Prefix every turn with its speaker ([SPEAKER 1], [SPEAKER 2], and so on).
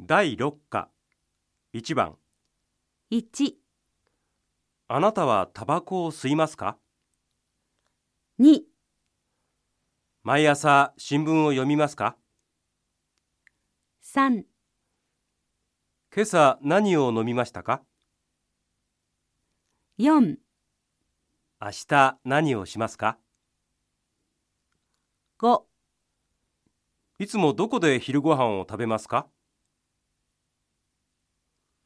[SPEAKER 1] 第6課1番
[SPEAKER 2] 1、
[SPEAKER 1] あなたはタバコを吸いますか
[SPEAKER 2] 2、
[SPEAKER 1] 毎朝新聞を読みますか
[SPEAKER 2] 3、
[SPEAKER 1] 今朝何を飲みましたか
[SPEAKER 2] 4、
[SPEAKER 1] 明日何をしますか
[SPEAKER 2] 5。
[SPEAKER 1] いつもどこで昼ご飯を食べますか